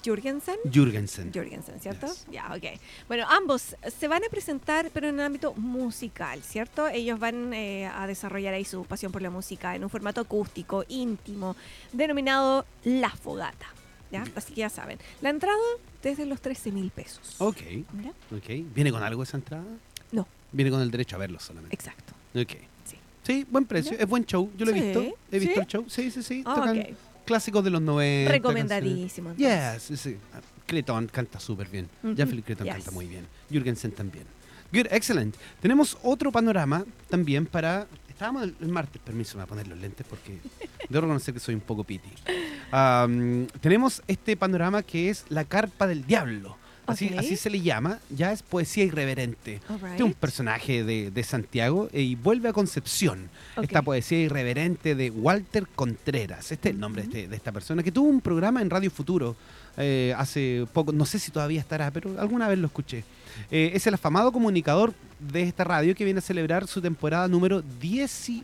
S2: Jürgensen.
S1: Jürgensen.
S2: Jürgensen, ¿cierto?
S1: Yes.
S2: Ya, ok. Bueno, ambos se van a presentar, pero en el ámbito musical, ¿cierto? Ellos van eh, a desarrollar ahí su pasión por la música en un formato acústico, íntimo, denominado La Fogata. ¿ya? Así que ya saben. La entrada desde los 13 mil pesos.
S1: Ok,
S2: ¿Ya?
S1: ok. ¿Viene con algo esa entrada?
S2: No.
S1: Viene con el derecho a verlo solamente.
S2: Exacto.
S1: Ok.
S2: Sí.
S1: Sí, buen precio.
S2: ¿Ya?
S1: Es buen show. Yo lo he
S2: Sí.
S1: visto. He visto
S2: ¿Sí?
S1: el show. Sí, sí, sí.
S2: Ah,
S1: Tocan
S2: ok.
S1: clásicos de los 90. canciones.
S2: Recomendadísimo. entonces.
S1: Yes, sí, sí. Creton canta súper bien.
S2: Ujú.
S1: Ya Philip Creton
S2: Yes.
S1: canta muy bien. Jürgensen también. Good, excellent. Tenemos otro panorama también para. Estábamos el, el martes, permiso, me voy a poner los lentes porque debo reconocer que soy un poco piti. Am, tenemos este panorama que es la carpa del diablo Así,
S2: Ok.
S1: así se le llama, ya es poesía irreverente.
S2: Alright.
S1: Este es un personaje de, de Santiago eh, y vuelve a Concepción.
S2: Ok.
S1: Esta poesía irreverente de Walter Contreras. Este es el nombre de este- de esta persona que tuvo un programa en Radio Futuro eh, hace poco. No sé si todavía estará, pero alguna vez lo escuché. Eh, es el afamado comunicador de esta radio que viene a celebrar su temporada número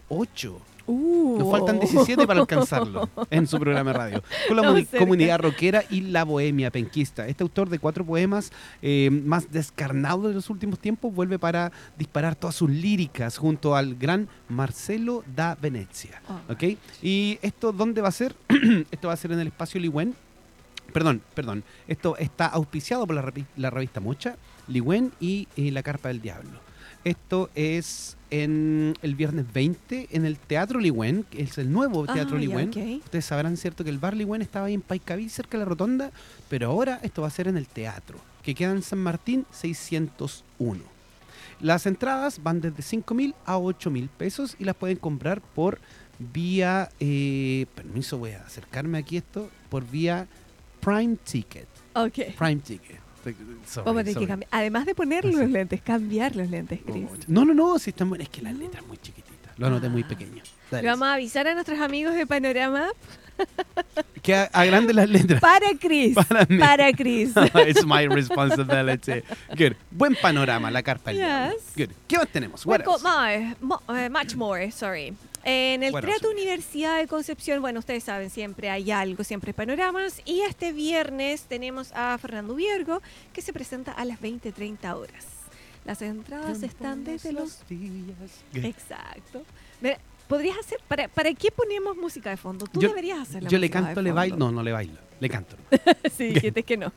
S1: 18.
S2: Uh.
S1: Nos faltan 17 para alcanzarlo en su programa de radio. Con la
S2: Estamos
S1: muni-
S2: cerca.
S1: comunidad rockera y la bohemia penquista. Este autor de cuatro poemas eh, más descarnado de los últimos tiempos vuelve para disparar todas sus líricas junto al gran Marcelo da Venecia.
S2: Oh.
S1: ¿ok? ¿Y esto dónde va a ser? esto va a ser en el espacio Ligüen. Perdón, perdón. Esto está auspiciado por la, revi- la revista Mocha, Ligüen y eh, La Carpa del Diablo. Esto es en el viernes 20 en el Teatro Ligüen, que es el nuevo Teatro
S2: Ah, ya,
S1: Ligüen.
S2: ok.
S1: Ustedes sabrán, ¿cierto? Que el bar Ligüen estaba ahí en Paicaví, cerca de la rotonda, pero ahora esto va a ser en el teatro, que queda en San Martín 601. Las entradas van desde 5 mil a 8 mil pesos y las pueden comprar por vía, eh, permiso, voy a acercarme aquí a esto, por vía Prime Ticket.
S2: Ok.
S1: Prime Ticket. Sorry,
S2: Vamos a tener que
S1: sorry. Oh,
S2: cambiar. Además de poner
S1: No
S2: los
S1: sé.
S2: lentes, cambiar los lentes, Cris.
S1: No, no, no, si están buenas. Es que la letra es muy chiquitita. Lo anoté muy
S2: Ah.
S1: pequeño.
S2: Le
S1: Dale.
S2: vamos a avisar a nuestros amigos de Panorama
S1: Que a- agranden las letras.
S2: para Cris.
S1: Para mí.
S2: Para Cris.
S1: It's my responsibility. Good. Buen panorama, la carpa. del diablo.
S2: Yes.
S1: Good. ¿Qué más tenemos? What
S2: Well, co-
S1: else?
S2: more, mo- eh, much more, sorry. En el
S1: What
S2: Teatro
S1: else?
S2: Universidad de Concepción, bueno, ustedes saben, siempre hay algo, siempre hay panoramas. Y este viernes tenemos a Fernando Viergo, que se presenta a las 20.30 horas. Las entradas están desde los...
S1: Good.
S2: Exacto. Mira, ¿Podrías hacer... ¿Para, para qué ponemos música de fondo? Tú
S1: Yo-
S2: deberías hacer la
S1: Yo le
S2: música de
S1: canto, le bailo.
S2: fondo.
S1: No, no le bailo. Le canto.
S2: sí, dijiste que no.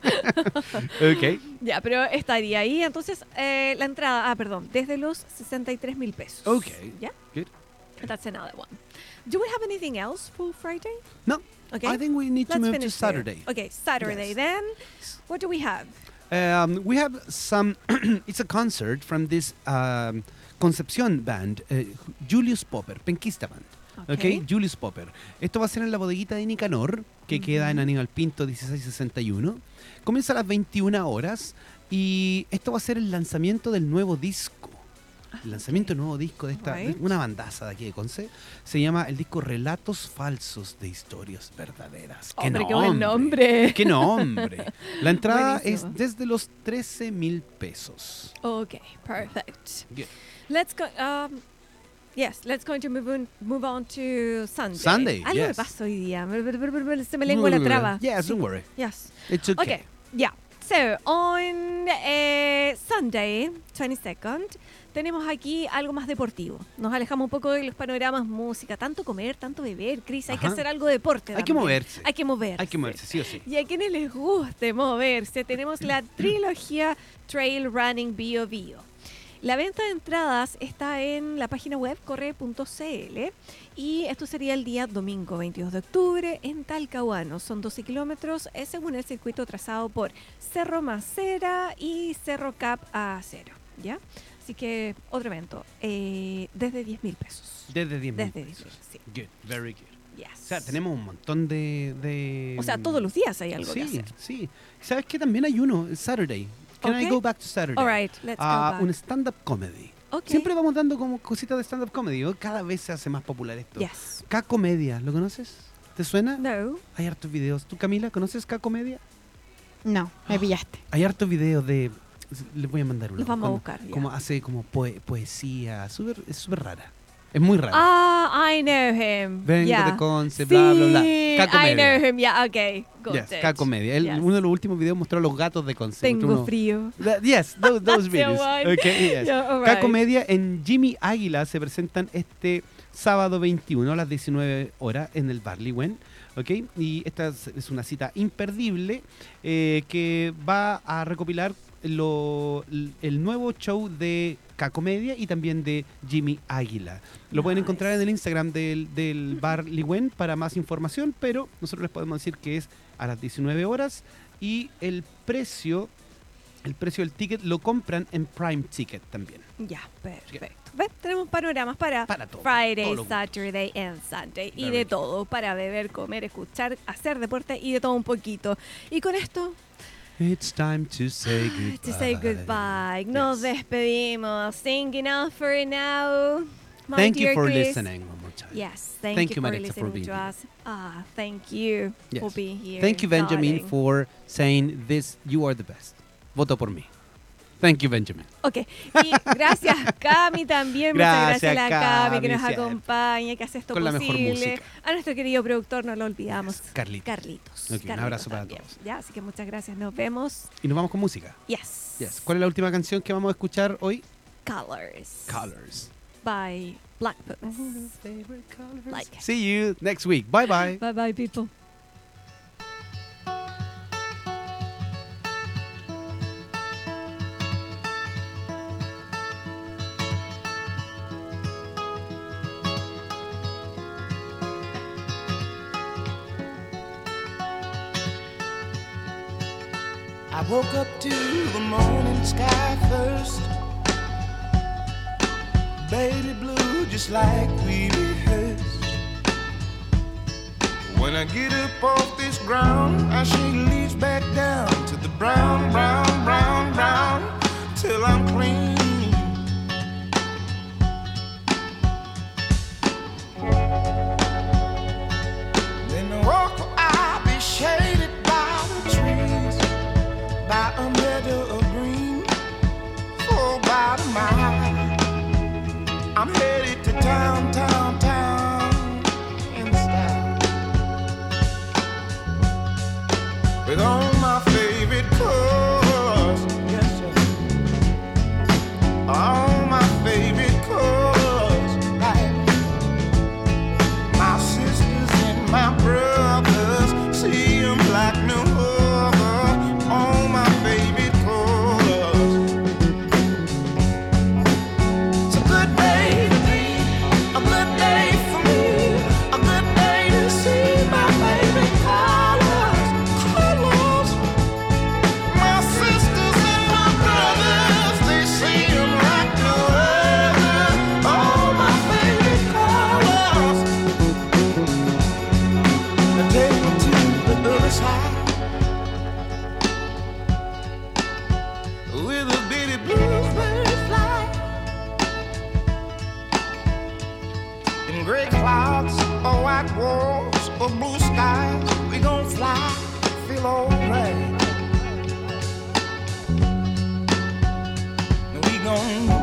S1: Ok.
S2: Ya, pero estaría ahí. Entonces, eh, la entrada, ah, perdón, desde los 63 mil pesos.
S1: Ok.
S2: ¿Ya?
S1: Good.
S2: That's another one. Do we have anything else for Friday?
S1: No.
S2: Okay.
S1: I think we need to
S2: Let's
S1: move to
S2: finish there.
S1: Saturday.
S2: Okay, Saturday
S1: Yes.
S2: then. What do we have?
S1: Um, we have some. it's a concert from this um, Concepción band, uh, Julius Popper, penquista band. Okay.
S2: Okay.
S1: Julius Popper. Esto va a ser en la bodeguita de Nicanor, que queda en Aníbal Pinto 1661. Comienza a las 21 horas y esto va a ser el lanzamiento del nuevo disco. El lanzamiento del nuevo disco de esta de
S2: Ah, Right.
S1: una bandaza de aquí de Conce se llama el disco Relatos falsos de historias verdaderas. ¡Qué
S2: Hombre, qué buen nombre.
S1: ¡Qué nombre! La entrada
S2: Buenísimo.
S1: es desde los 13 mil pesos.
S2: Okay, perfect.
S1: Good.
S2: Let's go. Um, yes, let's going to move on, move on to Sunday.
S1: Sunday,
S2: Algo me
S1: yes.
S2: pasa hoy día. Me- me- me- me- Se me lengua la traba.
S1: Yes, don't worry.
S2: Yes.
S1: It's
S2: Okay.
S1: okay.
S2: Yeah. So, on eh, Sunday, 22nd, tenemos aquí algo más deportivo. Nos alejamos un poco de los panoramas, música, tanto comer, tanto beber, Cris. Hay que
S1: Ajá.
S2: hacer algo de deporte.
S1: Hay que
S2: también.
S1: moverse.
S2: Hay que moverse.
S1: Hay que moverse, sí o sí.
S2: Y a quienes les guste moverse, tenemos la trilogía Trail Running Bio Bio. La venta de entradas está en la página web corre.cl y esto sería el día domingo 22 de octubre en Talcahuano. Son 12 kilómetros eh, según el circuito trazado por Cerro Macera y Cerro Cap a cero. ¿ya? Así que otro evento, eh, desde 10 mil pesos.
S1: Desde 10 mil
S2: Desde 10 mil,
S1: pesos.
S2: sí.
S1: Good, very good.
S2: Yes.
S1: O sea, tenemos un montón de... de-
S2: O sea, todos los días hay algo
S1: sí,
S2: que hacer.
S1: Sí, ¿Sabes qué? También hay uno, Saturday. Can I
S2: Ok.
S1: go back to Saturday?
S2: All right, let's
S1: Ah,
S2: go
S1: un
S2: back.
S1: stand-up comedy.
S2: Ok.
S1: Siempre vamos dando como cositas de stand-up comedy. ¿no? Cada vez se hace más popular esto.
S2: Yes.
S1: K-Comedia, ¿lo conoces? ¿Te suena?
S2: No.
S1: Hay hartos videos. ¿Tú, Camila, conoces K-Comedia?
S3: No, me pillaste.
S1: Hay hartos videos de... Les voy a mandar uno.
S2: Los vamos a
S1: Como-
S2: buscar, ya.
S1: Como hace como poe- poesía. Súper- es súper rara. Es muy rara.
S2: Ah, I know him.
S1: Vengo
S2: yeah.
S1: de Conce, bla, bla, bla.
S2: Sí, I know
S1: K-Comedia.
S2: him. Yeah, okay. Got
S1: Yes,
S2: it.
S1: K-Comedia. Él-
S2: Yes.
S1: Uno de los últimos videos mostró a los gatos de Conce.
S2: Tengo
S1: Uno-
S2: frío.
S1: That- yes, those, those
S2: That's the
S1: videos.
S2: one.
S1: Okay, yes.
S2: Yeah, all right.
S1: K-Comedia en Jimmy Águila se presentan este sábado 21 a las 19 horas en el Barleywen. ¿ok? Y esta es es una cita imperdible eh, que va a recopilar lo- l- el nuevo show de K-Comedia y también de Jimmy Águila. Lo pueden encontrar en el Instagram del, del bar Ligüen para más información, pero nosotros les podemos decir que es a las 19 horas y el precio el precio del ticket lo compran en Prime Ticket también.
S2: Ya, perfecto. ¿Ves? Tenemos panoramas para,
S1: Para todo,
S2: Friday,
S1: todos los gustos.
S2: Saturday and Sunday. Y
S1: Very
S2: de
S1: good.
S2: todo, para beber, comer, escuchar, hacer deporte y de todo un poquito. Y con esto
S1: It's time to say goodbye.
S2: To say goodbye. Nos
S1: Yes.
S2: despedimos. Thinking out for now. My
S1: Thank you
S2: dear
S1: for
S2: Chris.
S1: listening one more time.
S2: Yes, thank,
S1: Thank
S2: you,
S1: you,
S2: for
S1: Maritza, for
S2: listening
S1: being
S2: to
S1: here.
S2: us. Ah, thank you for
S1: Yes.
S2: being here.
S1: Thank you, Benjamin,
S2: darling.
S1: for saying this. You are the best. Voto por mí. Thank you, Benjamin.
S2: Ok, y gracias Cami también, muchas
S1: Gracias,
S2: gracias a la Cami que
S1: Cami,
S2: nos
S1: siempre.
S2: acompaña, que hace esto
S1: Con la mejor
S2: posible.
S1: música.
S2: A nuestro querido productor, no lo olvidamos,
S1: Carlitos.
S2: Carlitos.
S1: Ok, un
S2: Carlitos
S1: abrazo para
S2: también.
S1: todos.
S2: Ya, así que muchas gracias, nos vemos.
S1: Y nos vamos con música.
S2: Yes.
S1: Yes. ¿Cuál es la última canción que vamos a escuchar hoy?
S2: Colors.
S1: Colors.
S2: By Black
S1: Oh,
S2: Pumas. Like it.
S1: See you next week. Bye bye.
S2: Bye bye people.
S6: I woke up to the morning sky first. Baby blue, just like we rehearsed. When I get up off this ground, I shake leaves back down to the brown, brown, brown, brown, till I'm clean. Then I walk, I'll be shaded by the trees by a meadow of green for about a mile. I'm headed to town, town, town in style with all my favorite colors. Yes, sir. All my favorite colors, like my sisters and my brothers see 'em like no other. All my favorite colors. It's a good day to be, a good day for me, a good day to see my favorite colors, colors. My sisters and my brothers, they see 'em like no other. All my favorite colors. Now take me to the other side With a bitty bluebird fly In gray clouds or white walls or blue skies We gon' fly, feel alright Now We gon'